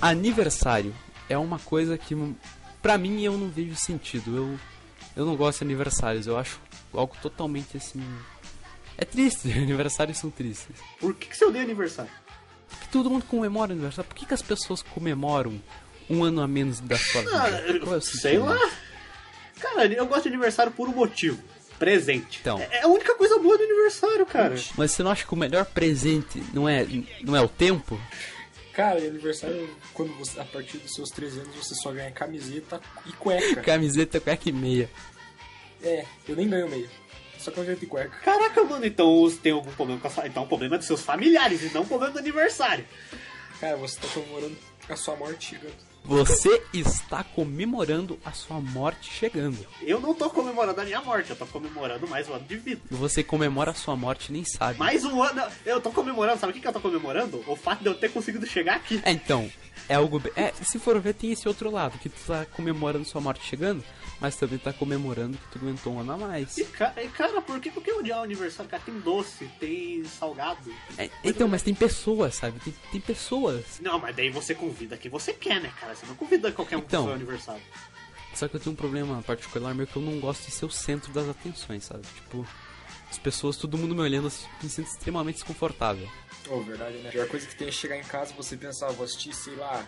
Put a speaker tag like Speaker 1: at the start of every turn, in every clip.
Speaker 1: Aniversário é uma coisa que, pra mim, eu não vejo sentido. Eu, eu não gosto de aniversários. Eu acho algo totalmente assim. É triste. Aniversários são tristes.
Speaker 2: Por que, que você odeia aniversário?
Speaker 1: Porque todo mundo comemora aniversário. Por que, que as pessoas comemoram um ano a menos da sua vida? Qual é o
Speaker 2: Ah, Sei
Speaker 1: sentido?
Speaker 2: lá. Cara, eu gosto de aniversário por um motivo. Presente.
Speaker 1: Então.
Speaker 2: É é a única coisa boa do aniversário, cara.
Speaker 1: Mas você não acha que o melhor presente não é, não é o tempo?
Speaker 3: Cara, e aniversário, quando você, a partir dos seus 13 anos, você só ganha camiseta e cueca.
Speaker 1: Camiseta, cueca e meia.
Speaker 3: É, eu nem ganho meia. Só camiseta e cueca.
Speaker 2: Caraca, mano, então você tem algum problema com a sua... Então o problema é dos seus familiares e não o problema do aniversário.
Speaker 3: Cara, você tá comemorando a sua morte chegando.
Speaker 1: Você está comemorando a sua morte chegando.
Speaker 2: Eu não tô comemorando a minha morte, eu tô comemorando mais um ano de vida.
Speaker 1: E Você comemora a sua morte e nem sabe.
Speaker 2: Mais um ano. Eu tô comemorando, sabe o que, que eu tô comemorando? O fato de eu ter conseguido chegar aqui.
Speaker 1: É, então, é algo. be- É, se for ver, tem esse outro lado, que tu tá comemorando sua morte chegando, mas também tá comemorando que tu aguentou um ano a mais.
Speaker 2: E ca- e, cara, por que, por que odiar o aniversário? Cara, tem doce, tem salgado.
Speaker 1: É, então, mas tem pessoas, sabe? Tem, tem pessoas.
Speaker 2: Não, mas daí você convida quem você quer, né, cara? Você não convida qualquer um pro
Speaker 1: Então.
Speaker 2: seu aniversário.
Speaker 1: Só que eu tenho um problema particular meu que eu não gosto de ser o centro das atenções, sabe? Tipo, as pessoas, todo mundo me olhando, assim, me sinto extremamente desconfortável.
Speaker 3: Oh, verdade, né? A pior coisa que tem é chegar em casa e você pensar, "Ah, vou assistir, sei lá,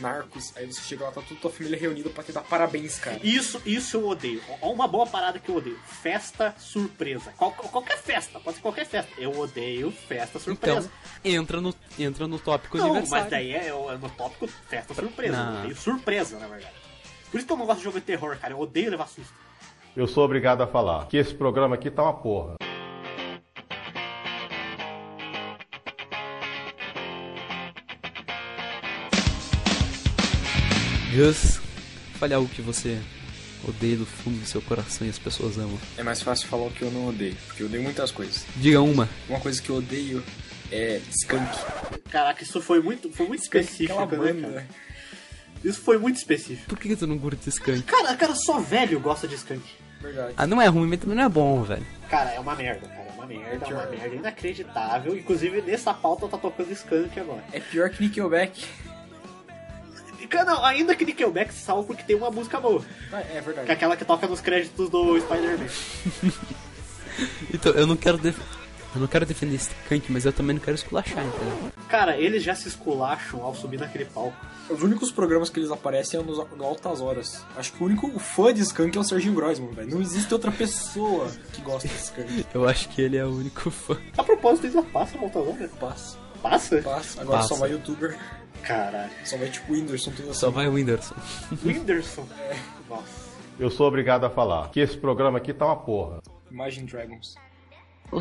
Speaker 3: Narcos. Aí você chega lá, tá toda tua família reunida pra te dar parabéns, cara.
Speaker 2: Isso, isso eu odeio. Ó, Uma boa parada que eu odeio. Festa surpresa. Qual- qual- qualquer festa, pode ser qualquer festa. Eu odeio festa surpresa.
Speaker 1: Então, entra no, entra no tópico
Speaker 2: não,
Speaker 1: aniversário.
Speaker 2: mas daí é, é no tópico festa surpresa.
Speaker 1: Não.
Speaker 2: Eu odeio surpresa, na verdade. Por isso que eu não gosto de jogo de terror, cara. Eu odeio levar susto.
Speaker 4: Eu sou obrigado a falar que esse programa aqui tá uma porra.
Speaker 1: Gus, fale algo que você odeia do fundo do seu coração e as pessoas amam.
Speaker 3: É mais fácil falar o que eu não odeio, porque eu odeio muitas coisas.
Speaker 1: Diga uma.
Speaker 3: Uma coisa que eu odeio é skunk.
Speaker 2: Caraca, isso foi muito, foi muito
Speaker 3: Skunk é
Speaker 2: específico,
Speaker 3: aquela
Speaker 2: né, cara?
Speaker 3: banda.
Speaker 2: Isso foi muito específico.
Speaker 1: Por que que tu não curte Skunk?
Speaker 2: Cara, cara, só velho gosta de skunk.
Speaker 3: Verdade.
Speaker 1: Ah, não é ruim, mas também não é bom, velho.
Speaker 2: Cara, é uma merda, cara. É uma merda, é uma merda inacreditável. Inclusive, nessa pauta tá tocando skunk agora.
Speaker 3: É pior que Nickelback.
Speaker 2: E, cara, não, ainda que Nickelback se salva porque tem uma música boa.
Speaker 3: Ah, é
Speaker 2: Que é
Speaker 3: verdade.
Speaker 2: aquela que toca nos créditos do Spider-Man.
Speaker 1: Então, eu não quero def- eu não quero defender Skunk, mas eu também não quero esculachar, entendeu?
Speaker 2: Cara, eles já se esculacham ao subir naquele palco.
Speaker 3: Os únicos programas que eles aparecem é no, no Altas Horas. Acho que o único fã de skunk é o Serginho Groisman, velho. Não existe outra pessoa que gosta de skunk.
Speaker 1: Eu acho que ele é o único fã.
Speaker 2: A propósito, eles já passam volta hora.
Speaker 3: Passa,
Speaker 2: Passa?
Speaker 3: passa. Agora
Speaker 1: Passa.
Speaker 3: só vai youtuber.
Speaker 2: Caralho.
Speaker 3: Só vai tipo Whindersson, tudo assim.
Speaker 1: Só vai o Whindersson.
Speaker 2: Whindersson.
Speaker 3: É.
Speaker 2: Nossa.
Speaker 4: Eu sou obrigado a falar que esse programa aqui tá uma porra.
Speaker 3: Imagine Dragons.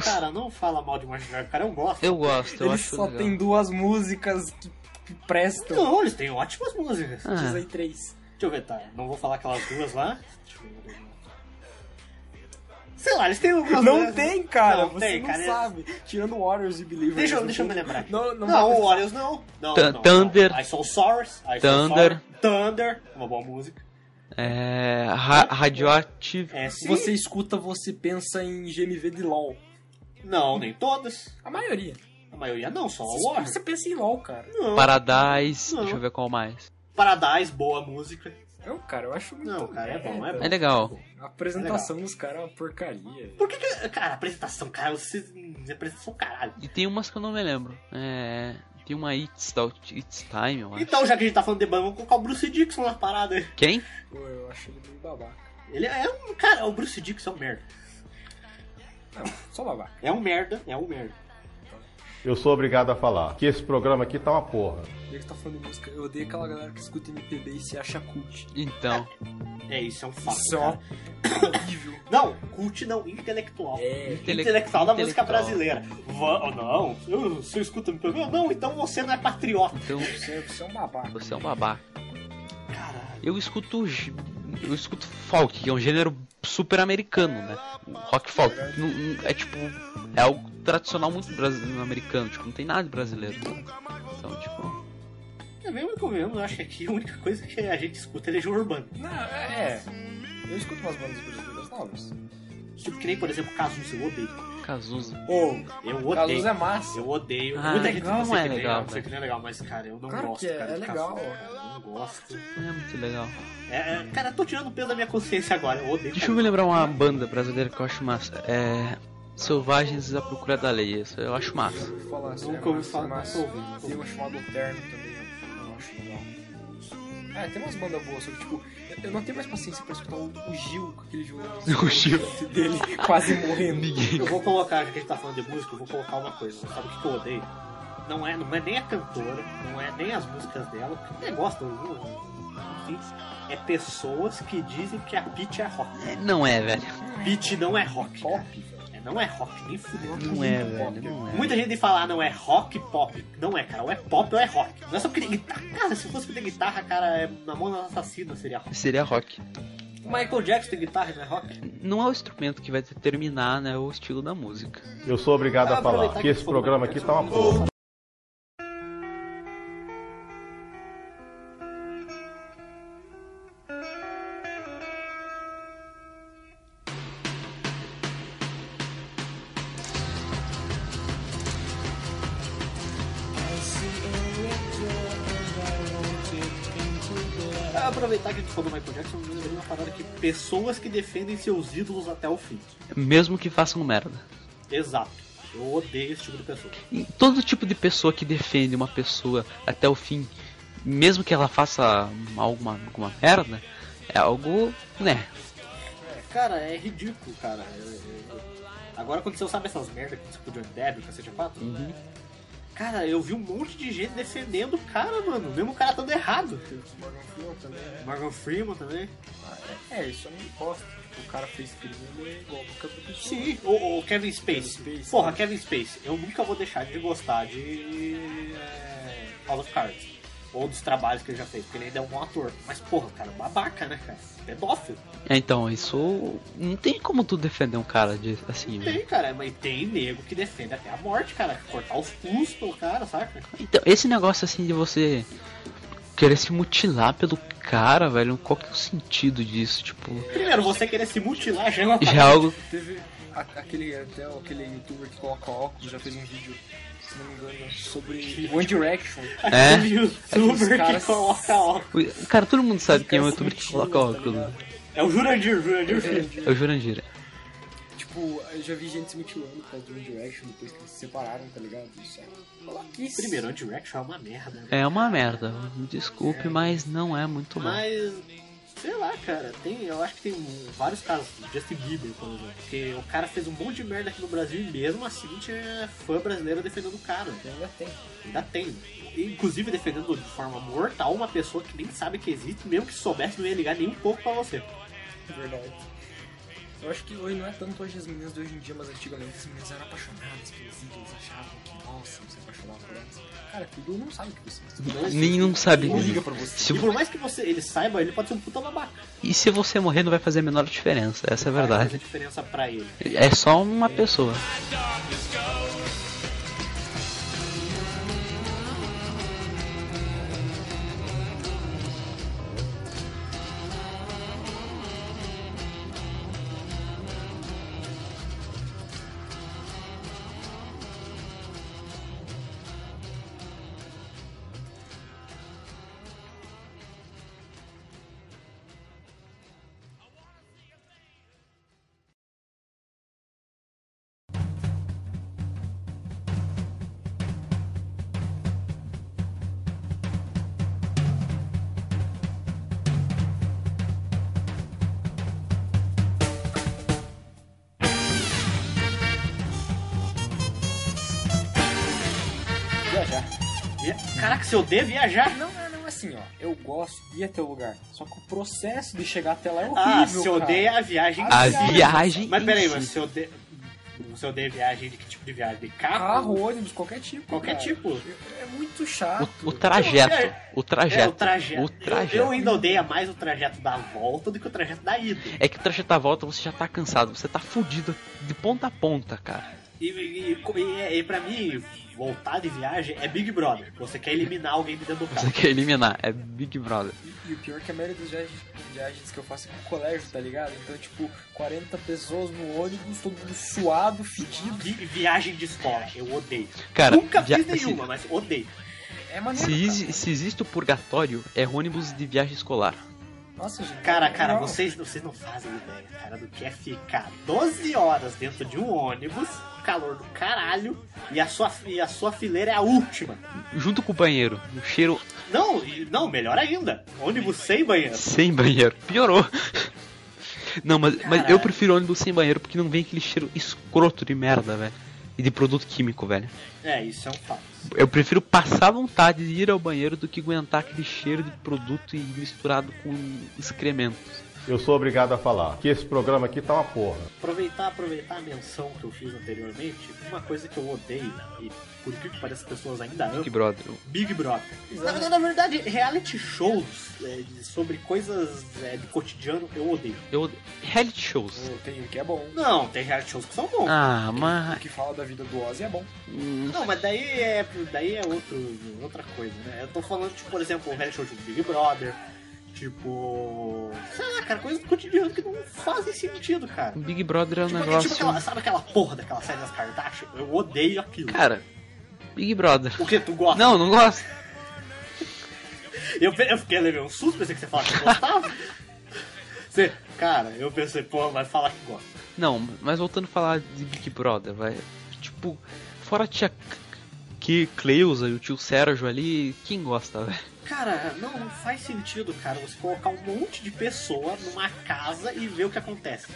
Speaker 2: Cara, não fala mal de Imagine Dragons, cara, é um eu gosto.
Speaker 1: Eu gosto, eu
Speaker 3: Eles
Speaker 1: acho
Speaker 3: só
Speaker 1: legal.
Speaker 3: tem duas músicas que, que prestam.
Speaker 2: Não, eles têm ótimas músicas.
Speaker 1: Ah.
Speaker 3: Diz aí três.
Speaker 2: Deixa eu ver, tá? Não vou falar aquelas duas lá. Deixa eu ver. Sei lá, eles têm algumas
Speaker 3: Não
Speaker 2: músicas-
Speaker 3: tem,
Speaker 2: é.
Speaker 3: cara.
Speaker 2: Não
Speaker 3: você
Speaker 2: tem,
Speaker 3: não
Speaker 2: cara.
Speaker 3: sabe. Tirando Warriors e Believers.
Speaker 2: Deixa, eu-
Speaker 3: não
Speaker 2: deixa eu me
Speaker 3: tem-
Speaker 2: lembrar.
Speaker 3: Não, não,
Speaker 2: o
Speaker 3: vai-
Speaker 2: Warriors não. não,
Speaker 1: Th-
Speaker 2: não.
Speaker 1: Thunder.
Speaker 2: I Saw Source. I
Speaker 1: Thunder.
Speaker 2: Saw Sour. Thunder. Uma boa música.
Speaker 1: É. Ra radioativo.
Speaker 2: É, sim.
Speaker 3: Você escuta, você pensa em GMV de LOL.
Speaker 2: Não, nem todas.
Speaker 3: A maioria.
Speaker 2: A maioria não, só o
Speaker 3: Você,
Speaker 2: Warriors.
Speaker 3: você pensa em LOL, cara.
Speaker 2: Não.
Speaker 1: Paradise.
Speaker 2: Não.
Speaker 1: Deixa eu ver qual mais.
Speaker 2: Paradise, boa música.
Speaker 3: Não, cara, eu acho muito.
Speaker 2: Não, cara, é bom, é
Speaker 3: merda.
Speaker 1: É legal.
Speaker 3: A apresentação dos caras é uma porcaria.
Speaker 2: Por que que... Cara, apresentação, cara. Você... Apresentação, caralho.
Speaker 1: E tem umas que eu não me lembro. É. Tem uma It's, da- It's Time, eu acho.
Speaker 2: Então, já que a gente tá falando de banda, vamos colocar o Bruce Dixon na parada.
Speaker 1: Quem?
Speaker 3: Pô, eu acho ele meio babaca.
Speaker 2: Ele é um... Cara, o Bruce Dixon é um merda.
Speaker 3: Não, só babaca.
Speaker 2: É um merda, é um merda.
Speaker 4: Eu sou obrigado a falar que esse programa aqui tá uma porra.
Speaker 3: Ele que tá falando de música. Eu odeio aquela galera que escuta MPB e se acha cult.
Speaker 1: Então.
Speaker 2: É, isso é um fato,
Speaker 3: Isso é
Speaker 2: cara.
Speaker 3: uma- Horrível.
Speaker 2: Não, cult não, intelectual.
Speaker 3: É.
Speaker 1: Intele-
Speaker 2: intelectual da música
Speaker 1: intelectual.
Speaker 2: brasileira. Va- oh, não, eu, você escuta MPB? Não, então você não é patriota.
Speaker 1: Então,
Speaker 3: Você, você é um babaca.
Speaker 1: você é um babaca.
Speaker 2: Caralho.
Speaker 1: Eu escuto. gê- Eu escuto folk, que é um gênero super americano, né? O Rock folk. Não- não- é tipo. É algo tradicional muito brasileiro, americano. Tipo, não tem nada de brasileiro. né? Então, tipo.
Speaker 2: É mesmo que eu mesmo, eu acho que aqui a única coisa que a gente escuta é legião urbana.
Speaker 3: Não, é. é. Eu escuto umas bandas brasileiras novas.
Speaker 2: Tipo, que nem, por exemplo, Cazuza, eu odeio.
Speaker 1: Cazuza.
Speaker 3: Ou,
Speaker 2: Eu
Speaker 5: O
Speaker 2: odeio.
Speaker 5: Cazuza é massa.
Speaker 2: Eu odeio.
Speaker 1: Ah,
Speaker 2: Muita gente
Speaker 1: legal,
Speaker 2: eu sei
Speaker 1: é
Speaker 2: que
Speaker 1: legal,
Speaker 2: Nem, eu sei que não é legal, mas, cara, eu não
Speaker 5: Claro
Speaker 2: gosto.
Speaker 5: que é,
Speaker 2: cara,
Speaker 5: é
Speaker 2: de
Speaker 5: legal.
Speaker 2: Cazuza, cara, eu não gosto.
Speaker 1: É muito legal.
Speaker 2: É, é, cara, eu tô tirando o peso da minha consciência agora. Eu odeio.
Speaker 1: Deixa eu me lembrar uma banda brasileira que eu acho massa. É. Selvagens à Procura da Lei. Isso eu acho massa.
Speaker 3: ouvi falar, assim,
Speaker 2: Nunca
Speaker 3: é
Speaker 2: ouvi
Speaker 3: massa,
Speaker 2: falar,
Speaker 3: massa.
Speaker 2: nunca ouvi.
Speaker 3: Tem um chamado Terno também, eu acho legal. Ah, tem umas bandas boas, só que, tipo, eu- eu não tenho mais paciência pra escutar o, o Gil com aquele jogo
Speaker 1: O Gil.
Speaker 3: dele quase morrendo.
Speaker 2: Eu vou colocar, já que a gente tá falando de música, eu vou colocar uma coisa. Sabe o que que eu odeio? Não é, não é nem a cantora, não é nem as músicas dela, porque eu nem gosto, eu não- enfim. É pessoas que dizem que a Peach é rock.
Speaker 1: Não é, velho.
Speaker 2: Peach não é rock. cara.
Speaker 3: Pop, velho.
Speaker 2: É, Não é rock, nem fudeu.
Speaker 1: Não é, velho. Não é.
Speaker 2: Muita gente fala, ah, não é rock pop. Não é, cara, ou é pop ou é rock. Não é só porque tem guitarra. Cara, se fosse porque tem guitarra, cara, é na mão da assassina seria rock.
Speaker 1: Seria rock.
Speaker 2: O Michael Jackson tem guitarra, não é rock?
Speaker 1: Não é o instrumento que vai determinar né, o estilo da música.
Speaker 4: Eu sou obrigado
Speaker 2: Ah,
Speaker 4: a falar
Speaker 2: aproveitar
Speaker 4: que
Speaker 2: que né?
Speaker 4: esse
Speaker 2: foi
Speaker 4: programa
Speaker 2: uma-
Speaker 4: aqui tá uma porra.
Speaker 2: Ah, Aproveitar que a gente falou do Michael Jackson, eu lembrei de uma parada que pessoas que defendem seus ídolos até o fim.
Speaker 1: Mesmo que façam merda.
Speaker 2: Exato. Eu odeio esse tipo de pessoa.
Speaker 1: E todo tipo de pessoa que defende uma pessoa até o fim, mesmo que ela faça alguma, alguma merda, é algo, né?
Speaker 2: Cara, é ridículo, cara. É- é- Agora aconteceu, sabe essas merdas que aconteceu com o Johnny Depp, com a Cacete 4? Cara, eu vi um monte de gente defendendo o cara, mano. Mesmo o cara todo errado.
Speaker 3: Morgan Freeman também, né?
Speaker 2: Morgan Freeman também.
Speaker 3: É, isso eu não gosto. Tipo, o cara fez crime, ele é igual pro campo do
Speaker 2: Sim, o, o Kevin Space.
Speaker 3: Kevin Spacey.
Speaker 2: Porra, Kevin Space, eu nunca vou deixar de gostar de é, House of Cards. Ou dos trabalhos que ele já fez, porque ele ainda é um bom ator. Mas, porra, cara, babaca, né, cara? Pedófilo.
Speaker 1: É, então, isso. Não tem como tu defender um cara de, assim, né?
Speaker 2: Tem, cara, mas tem nego que defende até a morte, cara. Cortar os pulsos pelo cara, saca?
Speaker 1: Então, esse negócio assim de você querer se mutilar pelo cara, velho, qual que é o sentido disso? Tipo,
Speaker 2: Primeiro, você querer se mutilar já é uma
Speaker 1: já é algo.
Speaker 3: Teve a- aquele, até aquele youtuber que coloca óculos, já fez um vídeo, se não me engano, sobre One Direction.
Speaker 1: É?
Speaker 2: Aquele youtuber
Speaker 3: caras-
Speaker 2: que coloca óculos.
Speaker 1: O- Cara, todo mundo sabe quem é o
Speaker 3: Cara,
Speaker 1: youtuber que
Speaker 3: se
Speaker 1: coloca
Speaker 3: mutila, tá
Speaker 1: óculos. né?
Speaker 3: ligado?
Speaker 2: É o Jurandir, Jurandir Filho.
Speaker 1: É o Jurandir.
Speaker 3: Tipo, eu já vi gente se mutilando por causa do One Direction depois que eles se separaram, tá ligado? Isso é- Fala que isso.
Speaker 2: Primeiro, Anti-Reaction é uma merda. né?
Speaker 1: É uma merda. me Desculpe, mas não é muito bom.
Speaker 2: Mas, sei lá, cara, tem, eu acho que tem um- vários casos, Justin Bieber, por exemplo, porque o cara fez um monte de merda aqui no Brasil e mesmo assim tinha fã brasileiro defendendo o cara.
Speaker 5: Ainda tem.
Speaker 2: Ainda tem. E, Inclusive defendendo de forma mortal uma pessoa que nem sabe que existe, mesmo que soubesse, não ia ligar nem um pouco pra você.
Speaker 3: Verdade. Eu acho que hoje não é tanto hoje as meninas de hoje em dia, mas antigamente as meninas eram apaixonadas pelos ídolos, achavam que, nossa, você apaixonava por elas. Cara, o ídolo não sabe que você é.
Speaker 2: Não existe.
Speaker 1: Nem não sabe.
Speaker 3: não liga pra você.
Speaker 1: Se
Speaker 2: E
Speaker 1: vo-
Speaker 2: por mais que você, ele saiba, ele pode ser um puta babaca.
Speaker 1: e se você morrer, não vai fazer a menor diferença. Essa é a
Speaker 2: Faz a
Speaker 1: verdade.
Speaker 2: diferença pra ele.
Speaker 1: É só uma pessoa.
Speaker 3: Viajar.
Speaker 2: E, é, caraca, se eu der viajar.
Speaker 3: Não, não, não, assim, ó. Eu gosto de ir até o lugar. Só que o processo de chegar até lá é horrível.
Speaker 2: Ah, se eu
Speaker 3: cara.
Speaker 2: der a viagem.
Speaker 1: A
Speaker 3: Viagem.
Speaker 1: viagem.
Speaker 2: Mas
Speaker 1: em
Speaker 2: peraí,
Speaker 1: si.
Speaker 2: mas se eu der. Se eu der viagem de que tipo de viagem? De
Speaker 3: Carro, ônibus, qualquer tipo.
Speaker 2: Qualquer
Speaker 3: cara.
Speaker 2: tipo.
Speaker 3: É muito chato.
Speaker 1: O, o trajeto. O
Speaker 2: É, o
Speaker 1: trajeto.
Speaker 2: trajeto.
Speaker 1: O trajeto.
Speaker 2: Eu, eu ainda odeia mais o trajeto da volta do que o trajeto da ida.
Speaker 1: É que o trajeto da volta você já tá cansado. Você tá fudido de ponta a ponta, cara.
Speaker 2: é, E, e, e, e, e pra mim, voltar de viagem é Big Brother. Você quer eliminar alguém de dentro do
Speaker 1: Você
Speaker 2: carro.
Speaker 1: quer eliminar, é Big Brother.
Speaker 3: E, e o pior é que a maioria das viagens, viagens que eu faço é pro colégio, tá ligado? Então, tipo, 40 pessoas no ônibus, todo mundo suado, fedido.
Speaker 2: Vi- viagem de escola, eu odeio.
Speaker 1: Cara,
Speaker 2: Nunca
Speaker 1: via- assim,
Speaker 2: fiz
Speaker 1: se-
Speaker 2: nenhuma, mas odeio.
Speaker 3: É maneiro.
Speaker 1: Se,
Speaker 3: cara.
Speaker 1: exi- se existe o purgatório, é ônibus de viagem escolar.
Speaker 3: Nossa, gente.
Speaker 2: Cara,
Speaker 3: é
Speaker 2: cara,
Speaker 3: legal.
Speaker 2: vocês, vocês não fazem ideia, cara, do que é ficar 12 horas dentro de um ônibus, calor do caralho, e a sua, e a sua fileira é a última.
Speaker 1: Junto com o banheiro. Um cheiro
Speaker 2: Não, e- não, melhor ainda, ônibus sem banheiro.
Speaker 1: sem banheiro. Piorou. Não, mas, mas eu
Speaker 2: Caralho.
Speaker 1: prefiro ônibus sem banheiro porque não vem aquele cheiro escroto de merda, velho. E de produto químico, velho.
Speaker 2: É, isso é um fato.
Speaker 1: Eu prefiro passar vontade de ir ao banheiro do que aguentar aquele cheiro de produto e misturado com excrementos.
Speaker 4: Eu sou obrigado a falar que esse programa aqui tá uma porra.
Speaker 2: Aproveitar, aproveitar a menção que eu fiz anteriormente, uma coisa que eu odeio, e por incrível que parece as pessoas ainda amam,
Speaker 1: Big Brother.
Speaker 2: Big Brother. Na, na- na verdade, reality shows é, de- sobre coisas é, de cotidiano eu odeio.
Speaker 1: Eu reality shows.
Speaker 3: Pô, Tem o que é bom.
Speaker 2: Não, tem reality shows que são bons.
Speaker 1: Ah,
Speaker 3: O
Speaker 1: mas.
Speaker 3: que fala da vida do Ozzy é bom.
Speaker 1: hum,
Speaker 2: Não, mas daí é, daí é outro, outra coisa, né? Eu tô falando, tipo, por exemplo, o reality show tipo Big Brother, tipo. Sei lá, cara, coisas do cotidiano que não fazem sentido, cara.
Speaker 1: Big Brother é um
Speaker 2: Tipo, é tipo
Speaker 1: negócio.
Speaker 2: aquela, sabe aquela porra daquela série das Kardashian? Eu odeio aquilo.
Speaker 1: Cara, Big Brother.
Speaker 2: O que tu gosta?
Speaker 1: Não, não gosto.
Speaker 2: Eu, pe- eu fiquei levei um susto, pensei que você falava que gostava. Você- cara, eu pensei, pô, vai falar que gosta.
Speaker 1: Não, mas voltando a falar de Big Brother, vai. Tipo, fora a tia que Cleusa e o tio Sérgio ali, quem gosta, velho?
Speaker 2: Cara, não, não faz sentido, cara, você colocar um monte de pessoa numa casa e ver o que acontece.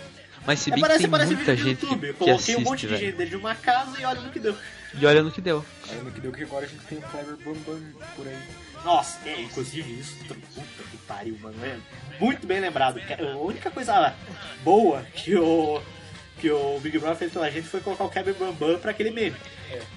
Speaker 1: Mas se
Speaker 2: É,
Speaker 1: bem
Speaker 2: parece,
Speaker 1: que tem
Speaker 2: parece
Speaker 1: muita
Speaker 2: vídeo do
Speaker 1: gente
Speaker 2: YouTube.
Speaker 1: que,
Speaker 2: Eu
Speaker 1: que
Speaker 2: Coloquei
Speaker 1: assiste,
Speaker 2: um monte de
Speaker 1: velho.
Speaker 2: gente dentro de uma casa e olha no que deu.
Speaker 1: E olha no que deu.
Speaker 3: Aí no que deu que agora a gente tem o Clever Bam Bam por aí.
Speaker 2: Nossa, é, inclusive isso, tru- puta que pariu, mano. É muito bem lembrado. Que- A única coisa boa que o, que o Big Brother fez pela gente foi colocar o Kevin Bambam pra aquele meme.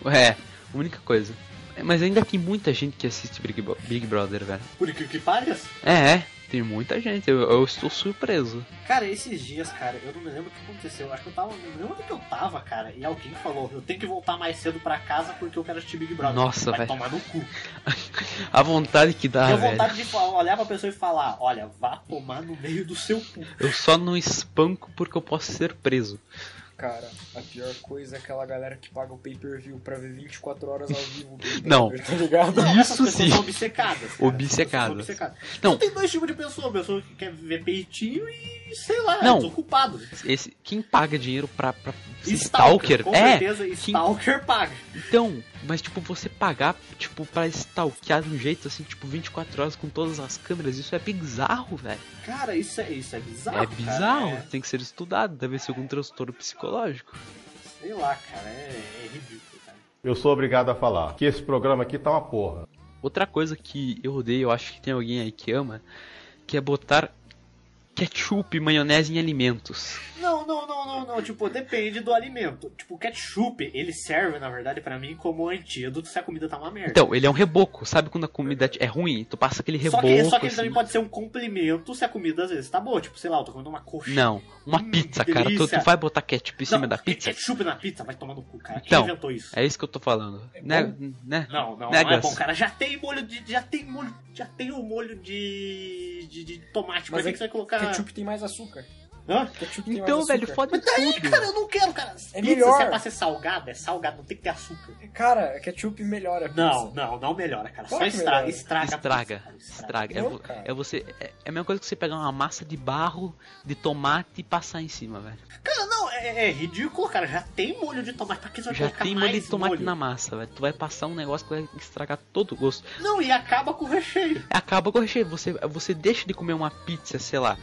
Speaker 1: É, única coisa. É, Mas ainda tem muita gente que assiste Big, Bo- Big Brother, velho.
Speaker 2: Por incrível que pareça.
Speaker 1: É, é, tem muita gente. Eu, eu estou surpreso.
Speaker 2: Cara, esses dias, cara, eu não me lembro o que aconteceu. Acho que eu tava. Não me lembro onde que eu tava, cara. E alguém falou: eu tenho que voltar mais cedo pra casa porque eu quero assistir Big Brother.
Speaker 1: Nossa,
Speaker 2: Vai
Speaker 1: velho.
Speaker 2: tomar no cu.
Speaker 1: A vontade que dá,
Speaker 2: Deu
Speaker 1: velho.
Speaker 2: vontade de falar- olhar pra pessoa e falar: olha, vá tomar no meio do seu cu.
Speaker 1: Eu só não espanco porque eu posso ser preso.
Speaker 3: Cara, a pior coisa é aquela galera que paga o pay-per-view pra ver 24 horas ao vivo. Big
Speaker 1: Não.
Speaker 3: Brother, Tá ligado?
Speaker 2: Não, essas
Speaker 1: Isso
Speaker 2: pessoas
Speaker 1: sim.
Speaker 2: são obcecadas. cara.
Speaker 1: Obcecadas.
Speaker 2: Essas pessoas são obcecadas.
Speaker 1: Não.
Speaker 2: Não. tem dois tipos de pessoa. Pessoa que quer ver peitinho e, sei lá,
Speaker 1: Não.
Speaker 2: desocupado.
Speaker 1: Esse, quem paga dinheiro pra. pra
Speaker 2: Com
Speaker 1: É,
Speaker 2: certeza,
Speaker 1: quem-
Speaker 2: Stalker paga.
Speaker 1: Então, mas tipo, você pagar, tipo, pra stalkear de um jeito assim, tipo, 24 horas com todas as câmeras, isso é bizarro, velho.
Speaker 2: Cara, isso é, isso é bizarro.
Speaker 1: É
Speaker 2: cara.
Speaker 1: bizarro,
Speaker 2: É,
Speaker 1: tem que ser estudado, deve ser algum transtorno psicológico.
Speaker 2: sei lá, cara. É, é ridículo, cara.
Speaker 4: Eu sou obrigado a falar que esse programa aqui tá uma porra.
Speaker 1: Outra coisa que eu odeio, eu acho que tem alguém aí que ama, que é botar ketchup e maionese em alimentos.
Speaker 2: Não, não, não, não, não. Tipo, depende do alimento. Tipo, o ketchup, ele serve, na verdade, pra mim, como antídoto se a comida tá uma merda.
Speaker 1: Então, ele é um reboco, sabe quando a comida é ruim, tu passa aquele
Speaker 2: só
Speaker 1: reboco.
Speaker 2: que, só que ele
Speaker 1: assim.
Speaker 2: também pode ser um complemento se a comida às vezes tá boa. Tipo, sei lá, eu tô comendo uma coxa.
Speaker 1: assim. Não, uma
Speaker 2: Hum,
Speaker 1: pizza, cara, tu,
Speaker 2: delícia.
Speaker 1: tu vai botar ketchup em cima
Speaker 2: Não, é
Speaker 1: da pizza?
Speaker 2: Ketchup na pizza, vai tomar no cu, cara.
Speaker 1: Então,
Speaker 2: Quem inventou isso?
Speaker 1: É isso que eu tô falando. né, né?
Speaker 2: Não, não,
Speaker 1: né,
Speaker 2: não é
Speaker 1: Gus?
Speaker 2: bom, cara. Já tem molho de. Já tem molho. Já tem o molho de. de, de tomate. Pra
Speaker 3: Mas
Speaker 2: que,
Speaker 3: é
Speaker 2: que você vai colocar?
Speaker 3: Ketchup tem mais açúcar.
Speaker 2: Hã?
Speaker 3: Ketchup tem
Speaker 1: Então,
Speaker 3: mais
Speaker 2: é
Speaker 1: velho,
Speaker 3: açúcar.
Speaker 1: foda tudo.
Speaker 2: Cara, eu não quero, cara. pizza,
Speaker 3: melhor.
Speaker 2: se é pra ser salgada, é salgado, não tem que ter açúcar.
Speaker 3: Cara, ketchup melhora. a pizza.
Speaker 2: Não, não, não melhora, cara. Só
Speaker 3: Claro que
Speaker 2: estraga,
Speaker 3: melhora.
Speaker 2: estraga. a
Speaker 1: Estraga,
Speaker 2: pizza, cara,
Speaker 1: estraga. É,
Speaker 3: Não,
Speaker 1: vo-
Speaker 3: cara.
Speaker 1: é você. É é a mesma coisa que você pegar uma massa de barro, de tomate e passar em cima, velho.
Speaker 2: Cara, não, é, é ridículo, cara. Já tem molho de tomate. Pra que você vai
Speaker 1: Já
Speaker 2: colocar
Speaker 1: tem molho
Speaker 2: mais
Speaker 1: de tomate na massa, velho. Tu vai passar um negócio que vai estragar todo o gosto.
Speaker 2: Não, e acaba com o recheio.
Speaker 1: Acaba com o recheio. Você, você deixa de comer uma pizza, sei lá,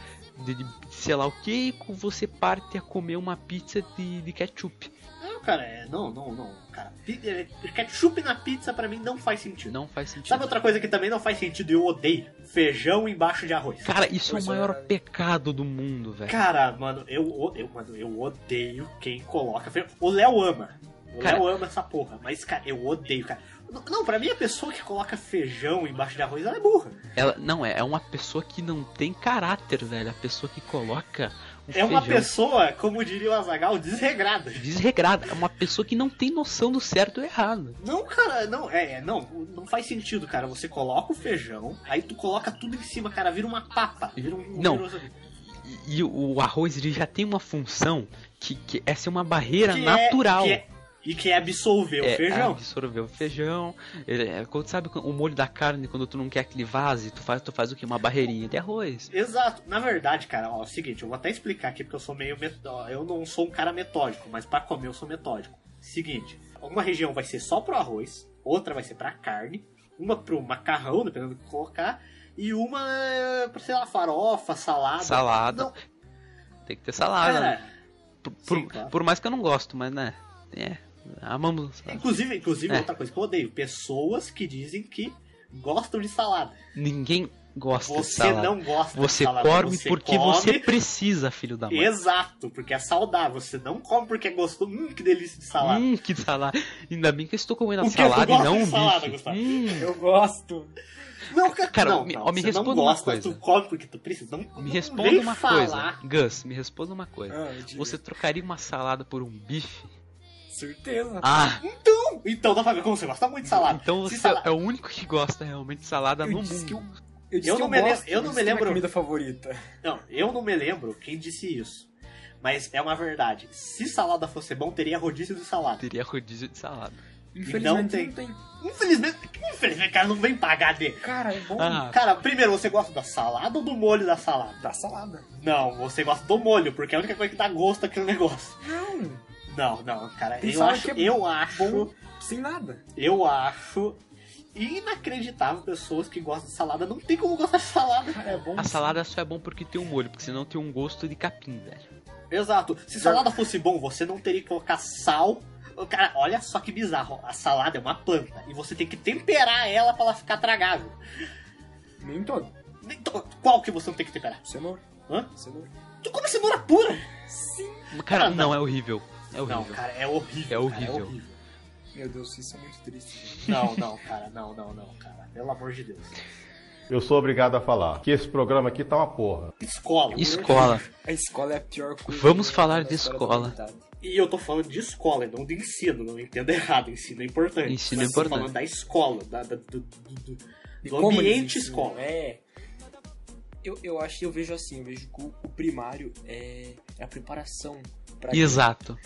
Speaker 1: de, de- sei lá o que, e co- você parte a comer uma pizza de, de ketchup.
Speaker 2: Não, cara, é, não, não, não. Cara, pi- é, ketchup na pizza pra mim não faz sentido.
Speaker 1: Não faz sentido.
Speaker 2: Sabe outra coisa que também não faz sentido e eu odeio? Feijão embaixo de arroz.
Speaker 1: Cara, isso é o
Speaker 3: Isso é
Speaker 1: maior
Speaker 3: verdade.
Speaker 1: pecado do mundo, velho.
Speaker 2: Cara, mano, eu, o- eu, mano, eu odeio quem coloca. feijão. O Léo ama. O
Speaker 1: Cara-
Speaker 2: Léo ama essa porra, mas, cara, eu odeio, cara. N- Não, pra mim a pessoa que coloca feijão embaixo de arroz, ela é burra.
Speaker 1: Ela não é, é uma pessoa que não tem caráter, velho. A pessoa que coloca
Speaker 2: É uma
Speaker 1: feijão.
Speaker 2: pessoa, como diria o Azagal, desregrada.
Speaker 1: Desregrada. É uma pessoa que não tem noção do certo e do errado.
Speaker 2: Não, cara, não, é, é, não, não faz sentido, cara. Você coloca o feijão, aí tu coloca tudo em cima, cara, vira uma papa. Vira um,
Speaker 1: Não.
Speaker 2: vira um-
Speaker 1: E, e o o arroz ele já tem uma função que, que essa é uma barreira
Speaker 2: que é-
Speaker 1: natural. é, ah.
Speaker 2: que é- e que é absorver o feijão.
Speaker 1: Absorver o feijão. Ele, é, quando- sabe quando- o molho da carne, quando tu não quer que ele vaze, tu faz, tu faz o que? Uma barreirinha de arroz.
Speaker 2: Exato. Na verdade, cara, ó, é o seguinte, eu vou até explicar aqui porque eu sou meio met- ó, eu não sou um cara metódico, mas pra comer eu sou metódico. Seguinte, uma região vai ser só pro arroz, outra vai ser pra carne, uma pro macarrão, dependendo do que colocar, e uma é, pra, sei lá, farofa, salada.
Speaker 1: Salada.
Speaker 2: Não,
Speaker 1: Tem que ter salada. né?
Speaker 2: cara,
Speaker 1: por,
Speaker 2: sim,
Speaker 1: por-
Speaker 2: claro.
Speaker 1: por mais que eu não gosto, mas né. É. Amamos. salada.
Speaker 2: inclusive, inclusive
Speaker 1: É.
Speaker 2: outra coisa que eu odeio, pessoas que dizem que gostam de salada.
Speaker 1: Ninguém gosta de
Speaker 2: Você
Speaker 1: salada.
Speaker 2: não gosta
Speaker 1: Você
Speaker 2: de salada.
Speaker 1: come
Speaker 2: você
Speaker 1: porque
Speaker 2: come
Speaker 1: você precisa, filho da mãe.
Speaker 2: Exato, porque é saudável. Você não come porque é gostoso. Hum, que delícia de salada.
Speaker 1: Hum, que salada. Ainda bem que eu estou comendo a
Speaker 2: Porque tu
Speaker 1: salada e
Speaker 2: gosta
Speaker 1: não um
Speaker 2: de é salada,
Speaker 1: bife.
Speaker 2: Gustavo.
Speaker 1: Hum,
Speaker 3: Eu gosto.
Speaker 2: Não, cara,
Speaker 1: Cara,
Speaker 2: não,
Speaker 1: me-
Speaker 2: não,
Speaker 1: ó, me
Speaker 2: você não
Speaker 1: responda uma
Speaker 2: gosta,
Speaker 1: coisa.
Speaker 2: Tu come porque tu precisa. Não,
Speaker 1: me
Speaker 2: não
Speaker 1: responda
Speaker 2: vem
Speaker 1: uma
Speaker 2: falar.
Speaker 1: coisa. Gus, me responda uma coisa.
Speaker 3: Ah, eu digo,
Speaker 1: Você trocaria uma salada por um bife?
Speaker 3: Certeza.
Speaker 1: Ah,
Speaker 2: Então, então dá pra ver como você gosta muito de salada.
Speaker 1: então
Speaker 2: Se
Speaker 1: você
Speaker 2: salada-
Speaker 1: é o único que gosta realmente de salada
Speaker 3: eu
Speaker 1: no
Speaker 3: disse
Speaker 1: mundo.
Speaker 3: que eu, eu, disse
Speaker 2: Eu
Speaker 3: que
Speaker 2: não
Speaker 3: eu
Speaker 2: me lem-
Speaker 3: gosto,
Speaker 2: eu não
Speaker 3: disse
Speaker 2: me
Speaker 3: que é minha
Speaker 2: lembro.
Speaker 3: comida favorita.
Speaker 2: Não, eu não me lembro quem disse isso. Mas é uma verdade. Se salada fosse bom, teria rodízio de salada.
Speaker 1: Teria rodízio de salada.
Speaker 3: Infelizmente
Speaker 2: tem.
Speaker 3: não tem.
Speaker 2: Infelizmente, infelizmente, cara, não vem pagar de.
Speaker 3: Cara, é bom.
Speaker 1: Ah,
Speaker 2: Cara, primeiro, você gosta da salada ou do molho da salada?
Speaker 3: Da salada.
Speaker 2: Não, você gosta do molho, porque é a única coisa que dá gosto àquele negócio.
Speaker 3: Não,
Speaker 2: Não, não, cara,
Speaker 3: Tem
Speaker 2: eu
Speaker 3: salada
Speaker 2: acho,
Speaker 3: que é
Speaker 2: eu acho.
Speaker 3: bom sem nada.
Speaker 2: Eu acho inacreditável pessoas que gostam de salada. Não tem como gostar de salada.
Speaker 3: Cara, é bom.
Speaker 1: a
Speaker 2: assim?
Speaker 3: sem-
Speaker 1: salada só é bom porque tem um molho, porque senão tem um gosto de capim, velho.
Speaker 2: Exato. Se salada fosse bom, você não teria que colocar sal. Ô, Cara, olha só que bizarro. A salada é uma planta e você tem que temperar ela pra ela ficar tragável.
Speaker 3: Nem todo.
Speaker 2: Então, qual que você não tem que temperar?
Speaker 3: Cenoura.
Speaker 2: Hã?
Speaker 3: Cenoura.
Speaker 2: Tu come cenoura pura?
Speaker 3: É
Speaker 1: Cara,
Speaker 2: Ah,
Speaker 1: não.
Speaker 2: não.
Speaker 1: é horrível. É horrível.
Speaker 2: Não, cara, é horrível.
Speaker 1: É
Speaker 2: cara,
Speaker 1: horrível.
Speaker 3: Meu Deus, isso é muito triste.
Speaker 2: Não, não, cara, não, não, não, cara. Pelo amor de Deus.
Speaker 4: Eu sou obrigado a falar que esse programa aqui tá uma porra.
Speaker 2: Escola.
Speaker 1: Escola.
Speaker 3: A escola é a pior coisa.
Speaker 1: Vamos
Speaker 3: da-
Speaker 1: falar
Speaker 3: da
Speaker 1: de
Speaker 3: história da
Speaker 1: escola.
Speaker 3: humanidade.
Speaker 2: E eu tô falando de escola, e não de ensino, não entendo errado, ensino é importante.
Speaker 1: Ensino é
Speaker 2: Mas tô
Speaker 1: importante.
Speaker 2: falando da escola, da, da- do, do- do-
Speaker 3: E
Speaker 2: do
Speaker 3: como eles
Speaker 2: ambiente
Speaker 3: ensinam,
Speaker 2: escola.
Speaker 3: É. Eu, eu acho, eu vejo assim, eu vejo que o, o primário é a preparação pra
Speaker 1: Exato.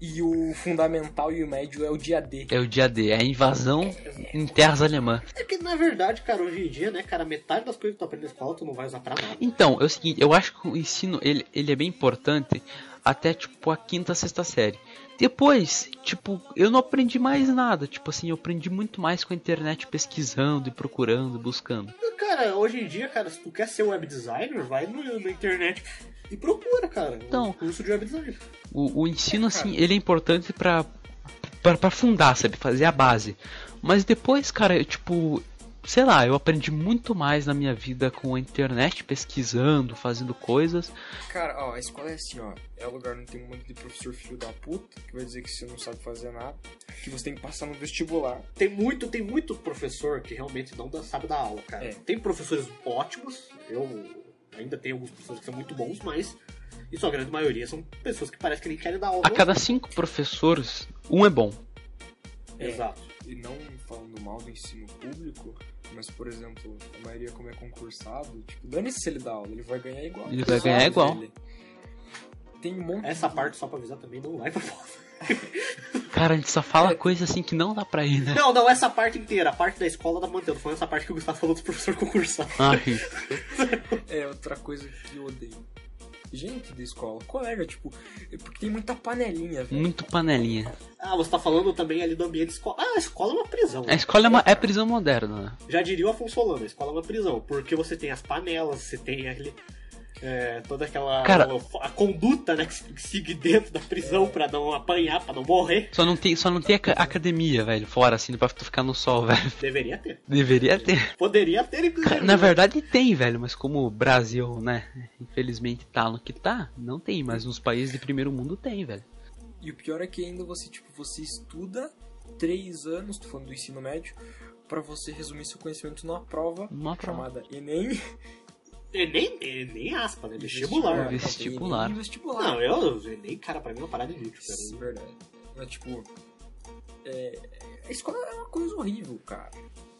Speaker 3: E o fundamental e o médio é o dia D.
Speaker 1: É o dia D. É a invasão em terras alemãs.
Speaker 3: né?
Speaker 2: É que na verdade, cara, hoje em dia, né, cara, metade das coisas que tu aprende na escola tu não vai usar pra nada.
Speaker 1: Então, é o seguinte, eu acho que o ensino ele, ele é bem importante até tipo a quinta, sexta série. Depois, tipo, eu não aprendi mais nada. Tipo assim, eu aprendi muito mais com a internet pesquisando e procurando, buscando.
Speaker 2: Cara, hoje em dia, cara, se tu quer ser web designer, vai no- na internet e procura, cara,
Speaker 1: Então.
Speaker 2: um curso de web design.
Speaker 1: O, o ensino assim, ele é importante pra pra- pra fundar, sabe, fazer a base. Mas depois, cara, eu, tipo, sei lá, eu aprendi muito mais na minha vida com a internet pesquisando, fazendo coisas.
Speaker 3: Cara, ó, a escola é assim, ó. É o lugar onde tem um monte de professor filho da puta que vai dizer que você não sabe fazer nada, que você tem que passar no vestibular.
Speaker 2: Tem muito, tem muito professor que realmente não dá- sabe dar aula, cara.
Speaker 3: É.
Speaker 2: Tem professores ótimos, eu ainda tenho alguns professores que são muito bons, mas isso a grande maioria são pessoas que parece que nem querem dar aula.
Speaker 1: A cada cinco professores, um é bom.
Speaker 3: É.
Speaker 2: Exato.
Speaker 3: E não falando mal do ensino público, mas, por exemplo, a maioria como é concursado, tipo, dane-se se ele dá aula, ele vai ganhar igual.
Speaker 1: Ele vai ganhar igual.
Speaker 3: Ele- Tem um monte
Speaker 2: Essa parte, só pra avisar, também não vai pra prova.
Speaker 1: Cara, a gente só
Speaker 2: É.
Speaker 1: fala coisa assim que não dá pra ir, né?
Speaker 2: Não, não, essa parte inteira. A parte da escola da mantendo. Falando essa parte que o Gustavo falou dos professores concursados.
Speaker 1: Ai.
Speaker 3: É outra coisa que eu odeio. Gente da escola, colega, tipo, é porque tem muita panelinha, velho.
Speaker 1: Muito panelinha.
Speaker 2: Ah, você tá falando também ali do ambiente escola. Ah, a escola é uma prisão.
Speaker 1: A escola é, uma, é prisão moderna, né?
Speaker 2: Já diria o Afonso Holanda, a escola é uma prisão. Porque você tem as panelas, você tem ali... é, toda aquela
Speaker 1: Cara-
Speaker 2: a conduta né, que se- que segue dentro da prisão pra não apanhar, pra não morrer,
Speaker 1: Só não tem, só não tem aca- academia, velho, fora, assim, pra tu ficar no sol, velho.
Speaker 2: deveria ter.
Speaker 1: Deveria ter.
Speaker 2: Poderia ter, inclusive.
Speaker 1: Cara, na verdade tem, velho, mas como o Brasil, né, infelizmente tá no que tá, não tem, mas nos países de primeiro mundo tem, velho.
Speaker 3: E o pior é que ainda você, tipo, você estuda três anos, tô falando do ensino médio, pra você resumir seu conhecimento numa prova
Speaker 1: Uma prova.
Speaker 3: chamada Enem.
Speaker 2: É nem, é nem aspas, é vestibular.
Speaker 1: Vestibular.
Speaker 3: Não, é vestibular.
Speaker 2: Não, eu eu nem, cara, pra mim é uma parada de lixo,
Speaker 3: Isso é
Speaker 2: cara.
Speaker 3: verdade. Mas, tipo, é, a escola é uma coisa horrível, cara.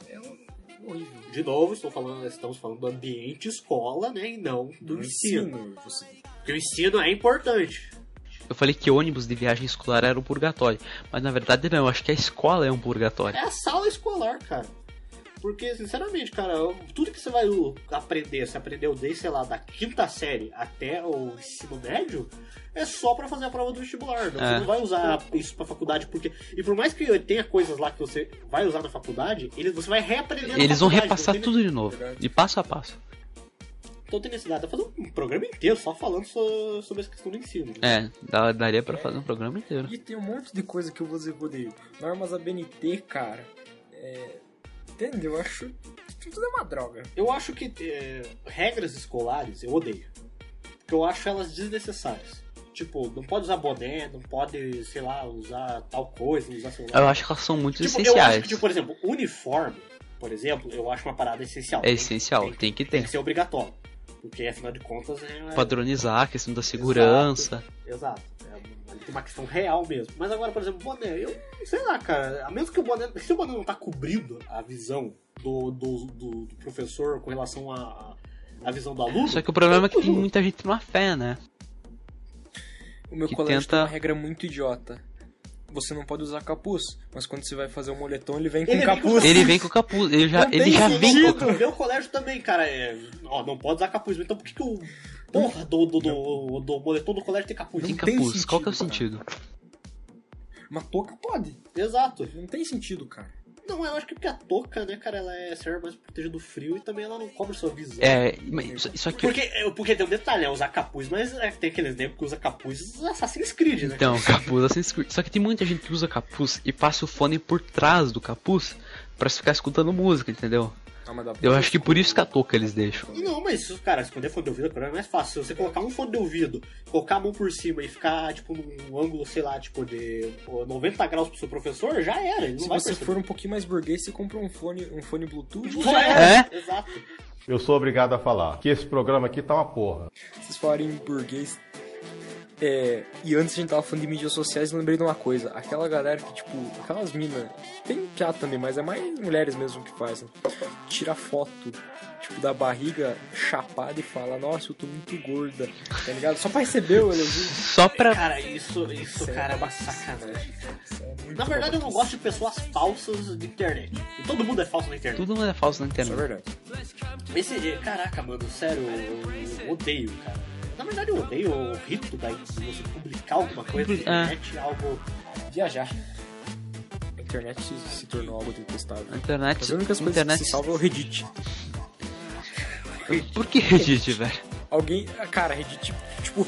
Speaker 3: É um- horrível.
Speaker 2: De novo, estou falando, estamos falando do ambiente escola, né? E não do
Speaker 3: No
Speaker 2: ensino.
Speaker 3: ensino, você...
Speaker 2: Porque o ensino é importante.
Speaker 1: Eu falei que ônibus de viagem escolar era um purgatório, mas na verdade não, eu acho que a escola é um purgatório.
Speaker 2: É a sala escolar, cara. Porque, sinceramente, cara, eu- tudo que você vai uh, aprender, você aprendeu desde, sei lá, da quinta série até o ensino médio, é só pra fazer a prova do
Speaker 1: É.
Speaker 2: vestibular. né? Você não vai usar isso pra faculdade, porque. E por mais que tenha coisas lá que você vai usar na faculdade, eles, você vai reaprender na
Speaker 1: Eles vão
Speaker 2: faculdade,
Speaker 1: repassar
Speaker 2: É, não tem-
Speaker 1: tudo de novo, de passo a passo.
Speaker 2: Então tem necessidade de fazer um programa inteiro só falando so- sobre essa questão do ensino. né?
Speaker 1: É, dá- daria pra fazer um programa inteiro.
Speaker 3: E tem um monte de coisa que eu vou odeio. Normas ABNT, cara. É... Entendeu? Eu acho que tudo é uma droga.
Speaker 2: Eu acho que é, regras escolares eu odeio. Porque eu acho elas desnecessárias. Tipo, não pode usar boné, não pode, sei lá, usar tal coisa, não usar celular.
Speaker 1: Eu acho que elas são muito
Speaker 2: tipo, eu acho
Speaker 1: essenciais.
Speaker 2: que, tipo, por exemplo, uniforme, por exemplo, eu acho uma parada essencial.
Speaker 1: É
Speaker 2: Tem-
Speaker 1: essencial, tem que
Speaker 2: Tem
Speaker 1: ter.
Speaker 2: que ser obrigatório. Porque afinal de contas é.
Speaker 1: Padronizar a questão da segurança.
Speaker 2: Exato. É uma- tem uma questão real mesmo. Mas agora, por exemplo, boné, eu sei lá, cara. A menos que o boné. Se o boné não tá cobrindo a visão do, do, do- do professor com relação à à visão do aluno.
Speaker 1: Só que o problema é que
Speaker 2: eu-
Speaker 1: tem muita gente na fé, né?
Speaker 3: O meu
Speaker 1: Que
Speaker 3: colégio
Speaker 1: tenta-
Speaker 3: tem uma regra muito idiota. Você não pode usar capuz, mas quando você vai fazer o moletom, ele vem com
Speaker 2: Ele vem com
Speaker 3: capuz.
Speaker 1: Ele vem com o capuz, ele já,
Speaker 3: Não
Speaker 1: ele
Speaker 3: tem
Speaker 1: já
Speaker 2: Não,
Speaker 1: vem com o
Speaker 2: não,
Speaker 1: capuz.
Speaker 2: não, meu colégio também, cara, é. Ó, não pode usar capuz, então por que, que o. Porra, do, do, do, do moletom do colégio tem capuz?
Speaker 1: Tem
Speaker 3: Não tem
Speaker 1: capuz, qual que é o
Speaker 3: sentido,
Speaker 1: sentido?
Speaker 3: Uma touca pode.
Speaker 2: Exato.
Speaker 3: Não tem sentido, cara.
Speaker 2: Não, eu acho que porque a touca, né, cara, ela é, serve mais pra proteger do frio e também ela não cobre sua visão.
Speaker 1: É, mas isso- isso aqui.
Speaker 2: Porque, é, porque tem um detalhe, é usar capuz, mas é, tem aqueles negros que usa capuz Assassin's Creed, né?
Speaker 1: Então, capuz Assassin's Creed. Só que tem muita gente que usa capuz e passa o fone por trás do capuz pra ficar escutando música, entendeu?
Speaker 3: Ah, mas dá pra-
Speaker 1: Eu acho que por isso que a touca eles deixam.
Speaker 2: Não, mas, isso, cara, esconder fone de ouvido agora é mais fácil. Se você colocar um fone de ouvido, colocar a mão por cima e ficar, tipo, num ângulo, sei lá, tipo, de pô, 90 graus pro seu professor, já era. Ele não
Speaker 3: Se
Speaker 2: vai
Speaker 3: você for um pouquinho mais burguês, você compra um fone, um fone Bluetooth.
Speaker 2: perceber. Já era.
Speaker 1: É?
Speaker 2: Exato.
Speaker 4: Eu sou obrigado a falar que esse programa aqui tá uma porra.
Speaker 3: Vocês falarem em burguês. É, e antes a gente tava falando de mídias sociais, eu lembrei de uma coisa. Aquela galera que, tipo, aquelas minas. Tem piada também, mas é mais mulheres mesmo que fazem. Tira foto, tipo, da barriga chapada e fala: Nossa, eu tô muito gorda, tá ligado? Só pra receber o elogio.
Speaker 1: Só pra.
Speaker 2: Cara, isso, isso, cara, é uma sacanagem. Na verdade, eu não gosto de pessoas falsas de internet. E todo mundo é falso na internet.
Speaker 1: Tudo é falso na
Speaker 3: Isso é
Speaker 1: internet.
Speaker 3: verdade.
Speaker 2: Esse, caraca, mano, sério, eu, eu odeio, cara. Na verdade, eu odeio o rito da de você publicar alguma coisa na
Speaker 1: Publi-
Speaker 2: internet, algo.
Speaker 3: Viajar. A internet se, se tornou algo detestável.
Speaker 1: A internet.
Speaker 3: As únicas coisas
Speaker 1: internet
Speaker 3: que se salva é o Reddit.
Speaker 1: Por que Reddit, velho?
Speaker 3: Alguém. ah, Cara, Reddit, tipo,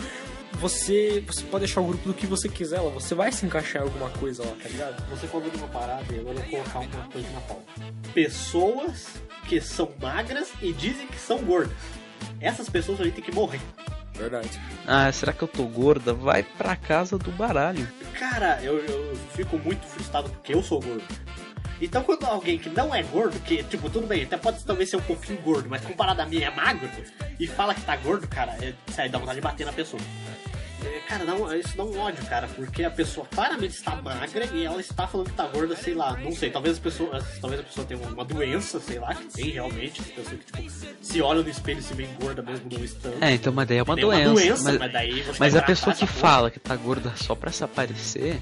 Speaker 3: você. Você pode deixar o grupo do que você quiser lá, você vai se encaixar em alguma coisa lá, tá ligado?
Speaker 2: Você falou de uma parada e agora eu vou colocar uma coisa na pauta. Pessoas que são magras e dizem que são gordas. Essas pessoas aí têm que morrer.
Speaker 3: Verdade.
Speaker 1: Ah, será que eu tô gorda? Vai pra casa do baralho.
Speaker 2: Cara, eu, eu fico muito frustrado porque eu sou gordo. Então quando alguém que não é gordo, que, tipo, tudo bem, até pode talvez ser um pouquinho gordo, mas comparado a mim é magro, e fala que tá gordo, cara, é, sério, dá vontade de bater na pessoa. É, Cara, não, isso dá um ódio, cara, porque a pessoa claramente está magra e ela está falando que tá gorda, sei lá, não sei, talvez a pessoa, talvez a pessoa tenha uma doença, sei lá, que tem realmente, tem pessoa que, tipo, se olha no espelho e se vê gorda mesmo não estando.
Speaker 1: É, então, mas daí é uma
Speaker 2: Tem uma
Speaker 1: doença.
Speaker 2: doença,
Speaker 1: mas,
Speaker 2: mas daí você
Speaker 1: mas
Speaker 2: vai
Speaker 1: a pessoa
Speaker 2: tratar
Speaker 1: que
Speaker 2: essa porra.
Speaker 1: fala que tá gorda só pra se aparecer.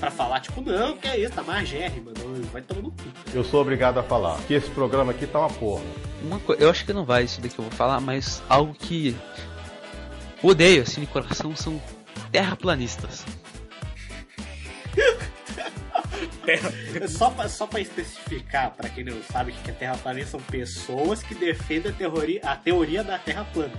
Speaker 2: Pra falar, tipo, não, que é isso, tá magérrima, não, vai tomando cu.
Speaker 4: Eu sou obrigado a falar que esse programa aqui tá uma porra.
Speaker 1: Uma coisa, eu acho que não vai isso daqui que eu vou falar, mas algo que eu odeio assim de coração são terraplanistas.
Speaker 2: Só pra, só pra especificar, pra quem não sabe o que é terra plana, são pessoas que defendem a teoria, a teoria da terra plana.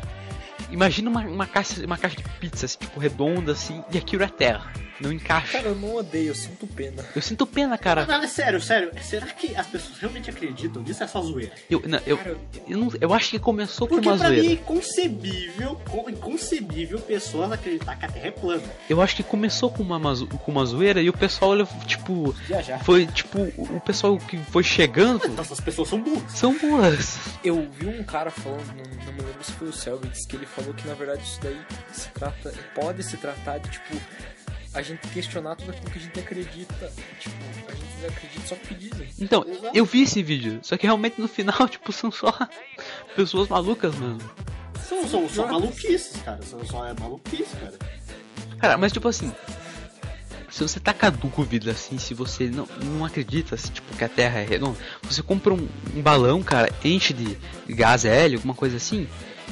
Speaker 1: Imagina uma, uma caixa, uma caixa de pizza, assim, tipo redonda assim, e aquilo é terra. Não encaixa.
Speaker 3: Cara, eu não odeio, eu sinto pena.
Speaker 1: Eu sinto pena,
Speaker 2: Não,
Speaker 1: cara.
Speaker 2: não, é sério, sério. Será que as pessoas realmente acreditam nisso? É só zoeira.
Speaker 1: Eu, não, eu, eu, não- eu acho que começou por
Speaker 2: Porque
Speaker 1: uma
Speaker 2: pra mim é
Speaker 1: zoeira.
Speaker 2: inconcebível, co- inconcebível pessoas acreditar que a Terra é plana.
Speaker 1: Eu acho que começou com uma, mazo- com uma zoeira e o pessoal, ele, tipo.
Speaker 3: Viajar.
Speaker 1: Foi tipo. O pessoal que foi chegando
Speaker 2: Então essas pessoas são burras.
Speaker 1: são boas.
Speaker 3: Eu vi um cara falando, não, não me lembro se foi o Selvix, que ele falou que na verdade isso daí se trata, pode se tratar de tipo a gente questionar tudo aquilo que a gente acredita. Tipo, a gente não acredita só porque dizem.
Speaker 1: Então, eu vi esse vídeo, só que realmente no final, tipo, são só pessoas malucas, mano.
Speaker 2: São, são, são maluquices, cara. São, só é maluquice, cara.
Speaker 1: Cara, mas tipo assim. Se você tá com a dúvida, assim, se você não, não acredita, assim, tipo, que a Terra é redonda, você compra um, um balão, cara, enche de gás hélio, alguma coisa assim,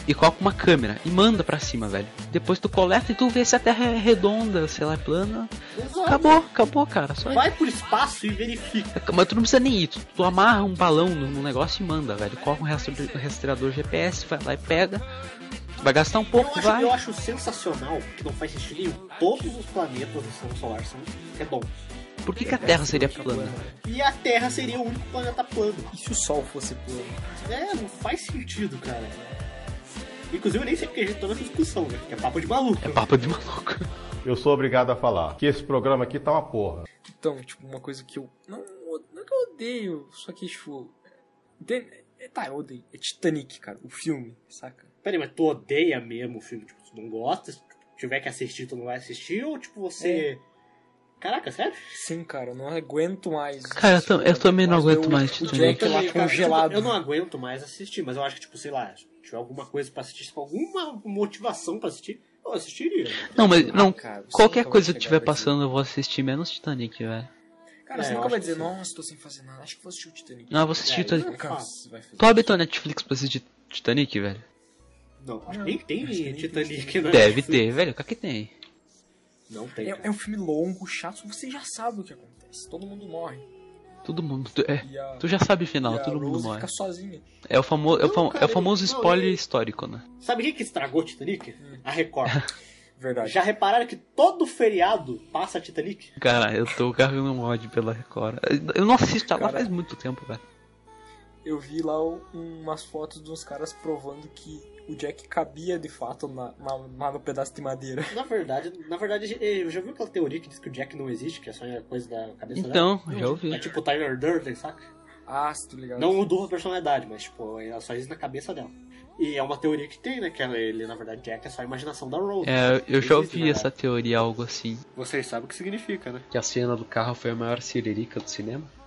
Speaker 1: e coloca uma câmera e manda pra cima, velho. Depois tu coleta e tu vê se a Terra é redonda, se ela é plana.
Speaker 2: Exato.
Speaker 1: Acabou, acabou, cara. Só isso.
Speaker 2: Vai pro espaço e verifica.
Speaker 1: Mas tu não precisa nem ir, tu, tu amarra um balão no, no negócio e manda, velho. Coloca um rastreador, rastreador GPS, vai lá e pega. Tu vai gastar um
Speaker 2: Eu
Speaker 1: pouco,
Speaker 2: acho,
Speaker 1: vai.
Speaker 2: eu acho sensacional que não faz sentido nenhum. Todos os planetas do sistema solar são é redondos.
Speaker 1: Por que, que a Terra seria plana?
Speaker 2: E a Terra seria o único planeta plano.
Speaker 3: E se o sol fosse plano?
Speaker 2: É, não faz sentido, cara. Inclusive, eu nem sei porque a gente tá nessa discussão, né? Que é papo de maluco.
Speaker 1: É papo de maluco.
Speaker 4: Eu sou obrigado a falar que esse programa aqui tá uma porra.
Speaker 3: Então, tipo, uma coisa que eu. Não, não é que eu odeio, só que, tipo. entende? É, tá, eu odeio. É Titanic, cara, o filme, saca?
Speaker 2: Peraí, mas tu odeia mesmo o filme? Tipo, tu não gosta? Se tiver que assistir, tu não vai assistir? Ou, tipo, você...
Speaker 3: É.
Speaker 2: Caraca, sério?
Speaker 3: Sim, cara, eu não aguento mais.
Speaker 1: Cara, eu tam- eu também não
Speaker 3: Mas
Speaker 1: aguento
Speaker 3: eu-
Speaker 1: mais
Speaker 3: O
Speaker 1: Titanic.
Speaker 3: Jack
Speaker 2: Também,
Speaker 3: lá
Speaker 2: cara,
Speaker 3: congelado.
Speaker 2: tipo, eu não aguento mais assistir, mas eu acho que, tipo, sei lá, se tiver alguma coisa pra assistir, se for alguma motivação pra assistir, eu assistiria.
Speaker 1: Não, mas não.
Speaker 3: cara, você
Speaker 1: qualquer
Speaker 3: nunca vai
Speaker 1: coisa que
Speaker 3: chegar
Speaker 1: tiver
Speaker 3: lá,
Speaker 1: passando, eu vou assistir menos Titanic, velho.
Speaker 3: Cara, você
Speaker 2: É, eu
Speaker 3: nunca
Speaker 2: acho
Speaker 3: vai
Speaker 2: que
Speaker 3: dizer,
Speaker 2: sim.
Speaker 3: nossa, tô sem fazer nada. Acho que vou assistir o Titanic.
Speaker 1: Não, eu vou assistir
Speaker 2: É,
Speaker 1: Titanic.
Speaker 2: não.
Speaker 3: Nunca
Speaker 2: Ah.
Speaker 3: você vai fazer
Speaker 1: Tu
Speaker 3: isso.
Speaker 1: abre tua Netflix pra assistir Titanic, velho?
Speaker 2: Não, acho
Speaker 3: Não,
Speaker 2: que nem tem
Speaker 3: acho que nem tem
Speaker 2: Titanic,
Speaker 3: Titanic.
Speaker 2: né?
Speaker 1: Deve ter, velho. O que que tem?
Speaker 2: Não tem.
Speaker 3: É, é um filme longo, chato, você já sabe o que acontece. Todo mundo morre.
Speaker 1: Todo mundo. tu- é,
Speaker 3: E a,
Speaker 1: tu já sabe o
Speaker 3: e
Speaker 1: final,
Speaker 3: a
Speaker 1: todo mundo
Speaker 3: Rose
Speaker 1: morre.
Speaker 3: fica sozinha.
Speaker 1: É o, famo, é o, fam-
Speaker 2: Não,
Speaker 1: é o
Speaker 2: cara,
Speaker 1: famoso
Speaker 2: não,
Speaker 1: spoiler
Speaker 2: ele-
Speaker 1: histórico, né?
Speaker 2: Sabe quem que estragou Titanic?
Speaker 3: Hum.
Speaker 2: A Record.
Speaker 3: Verdade.
Speaker 2: Já repararam que todo feriado passa Titanic?
Speaker 1: Cara, eu tô carregando um ódio pela Record. Eu não assisto ela
Speaker 3: Cara.
Speaker 1: faz muito tempo, velho.
Speaker 3: Eu vi lá o- umas fotos de uns caras provando que o Jack cabia de fato na, na, na- no pedaço de madeira.
Speaker 2: Na verdade, na verdade, eu já vi aquela teoria que diz que o Jack não existe, que é só coisa da cabeça dela.
Speaker 1: Então, já
Speaker 2: É
Speaker 1: ouvi.
Speaker 2: tipo o Tyler Durden, saca?
Speaker 3: Ah, se tu ligado.
Speaker 2: Não mudou a personalidade, mas tipo, ela só existe na cabeça dela. E é uma teoria que tem, né? Que ela- ele, na verdade, Jack é só a imaginação da Rose.
Speaker 1: É, eu já
Speaker 2: Não existe,
Speaker 1: ouvi
Speaker 2: né?
Speaker 1: essa teoria, algo assim.
Speaker 2: Vocês sabem o que significa, né?
Speaker 1: Que a cena do carro foi a maior siririca do cinema?